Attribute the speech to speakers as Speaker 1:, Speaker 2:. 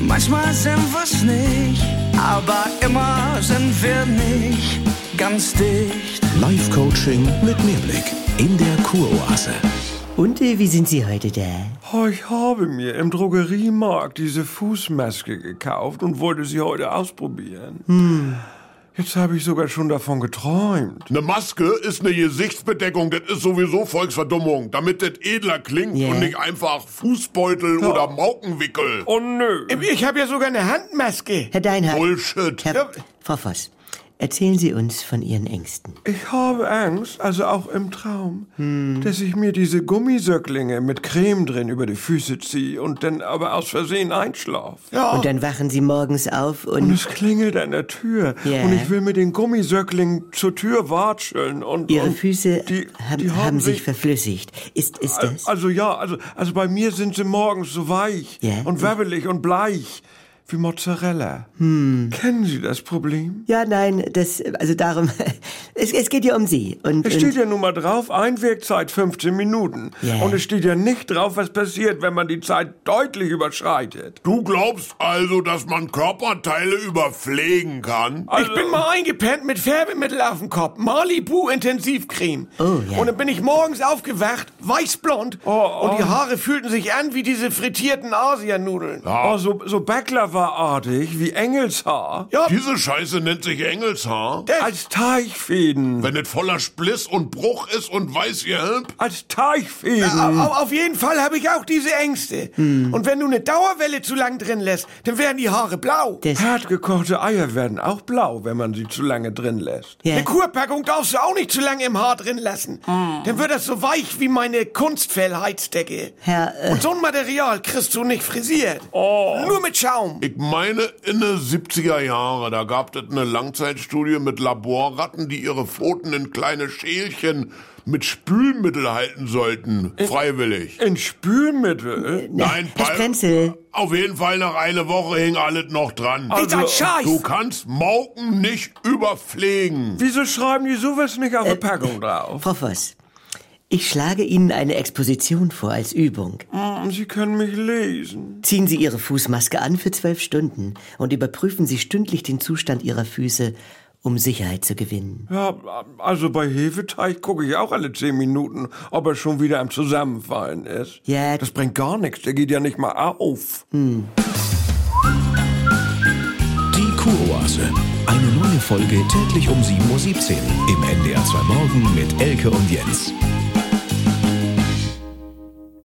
Speaker 1: Manchmal sind wir's nicht, aber immer sind wir nicht ganz dicht.
Speaker 2: Live-Coaching mit Mehrblick in der Kuroase.
Speaker 3: Und äh, wie sind Sie heute da?
Speaker 4: Oh, ich habe mir im Drogeriemarkt diese Fußmaske gekauft und wollte sie heute ausprobieren.
Speaker 3: Hm.
Speaker 4: Jetzt habe ich sogar schon davon geträumt.
Speaker 5: Eine Maske ist eine Gesichtsbedeckung, das ist sowieso Volksverdummung, damit das edler klingt
Speaker 3: Ja.
Speaker 5: und nicht einfach Fußbeutel oder Maukenwickel.
Speaker 4: Oh nö.
Speaker 6: Ich habe ja sogar eine Handmaske.
Speaker 3: Herr Deinhardt,
Speaker 5: Bullshit.
Speaker 3: Herr, Frau Voss, erzählen Sie uns von Ihren Ängsten.
Speaker 4: Ich habe Angst, also auch im Traum,
Speaker 3: Hm.
Speaker 4: dass ich mir diese Gummisöcklinge mit Creme drin über die Füße ziehe und dann aber aus Versehen einschlafe.
Speaker 3: Und dann wachen Sie morgens auf
Speaker 4: Ah. Und
Speaker 3: und
Speaker 4: es klingelt an der Tür
Speaker 3: Ja.
Speaker 4: und ich will mit den Gummisöcklingen zur Tür watscheln und
Speaker 3: Ihre
Speaker 4: und
Speaker 3: Füße
Speaker 4: die,
Speaker 3: haben,
Speaker 4: die
Speaker 3: haben, sich verflüssigt. Ist, ist das?
Speaker 4: Also ja, also, also bei mir sind sie morgens so weich
Speaker 3: Ja.
Speaker 4: und wabbelig und bleich wie Mozzarella.
Speaker 3: Hm.
Speaker 4: Kennen Sie das Problem?
Speaker 3: ja, nein, das, also darum, es, es geht ja um Sie. Und,
Speaker 4: Es
Speaker 3: und
Speaker 4: steht ja nun mal drauf, Einwegzeit 15 Minuten.
Speaker 3: Ja.
Speaker 4: Und es steht ja nicht drauf, was passiert, wenn man die Zeit deutlich überschreitet.
Speaker 5: Du glaubst also, dass man Körperteile überpflegen kann?
Speaker 6: Ich bin mal eingepennt mit Färbemittel auf dem Kopf. Malibu Intensivcreme.
Speaker 3: Oh, ja.
Speaker 6: Und dann bin ich morgens aufgewacht, weißblond.
Speaker 4: oh.
Speaker 6: Und die Haare fühlten sich an wie diese frittierten Asiennudeln.
Speaker 4: Oh, so, so Baklava-artig wie Engelshaar.
Speaker 6: Ja,
Speaker 5: Diese Scheiße nennt sich Engelshaar.
Speaker 4: Als Teichfäden.
Speaker 5: Wenn es voller Spliss und Bruch ist und weiß ihr Help?
Speaker 4: Als Teichfäden.
Speaker 6: au- au- auf jeden Fall habe ich auch diese Ängste.
Speaker 3: Hm.
Speaker 6: Und wenn du eine Dauerwelle zu lang drin lässt, dann werden die Haare blau.
Speaker 3: das,
Speaker 4: Hartgekochte Eier werden auch blau, wenn man sie zu lange drin lässt.
Speaker 3: ja,
Speaker 6: Eine Kurpackung darfst du auch nicht zu lange im Haar drin lassen.
Speaker 3: Ah.
Speaker 6: Dann wird das so weich wie meine Kunstfellheizdecke.
Speaker 3: Herr, äh, Oh.
Speaker 6: Und so ein Material kriegst du nicht frisiert. Nur mit Schaum.
Speaker 5: Ich meine, in den 70er Jahren, da gab es eine Langzeitstudie mit Laborratten, die ihre Pfoten in kleine Schälchen mit Spülmittel halten sollten. Freiwillig.
Speaker 4: In Spülmittel?
Speaker 5: Nein,
Speaker 3: Herr
Speaker 5: Pal-
Speaker 3: Sprenzel,
Speaker 5: Auf jeden Fall nach einer Woche hing alles noch dran.
Speaker 6: Ist ein Scheiß.
Speaker 5: Du kannst Mauken nicht überpflegen.
Speaker 4: Wieso schreiben die sowas nicht
Speaker 3: Äh-
Speaker 4: auf die Packung drauf?
Speaker 3: Frau Voss, ich schlage Ihnen eine Exposition vor als Übung.
Speaker 4: Hm, Sie können mich lesen.
Speaker 3: Ziehen Sie Ihre Fußmaske an für zwölf Stunden und überprüfen Sie stündlich den Zustand Ihrer Füße, um Sicherheit zu gewinnen.
Speaker 4: Ja, also bei Hefeteig gucke ich auch alle zehn Minuten, ob er schon wieder am Zusammenfallen ist.
Speaker 3: Ja.
Speaker 4: Das bringt gar nichts, der geht ja nicht mal auf.
Speaker 2: Die Kuroase. Eine neue Folge täglich um 7.17 Uhr im NDR 2 Morgen mit Elke und Jens.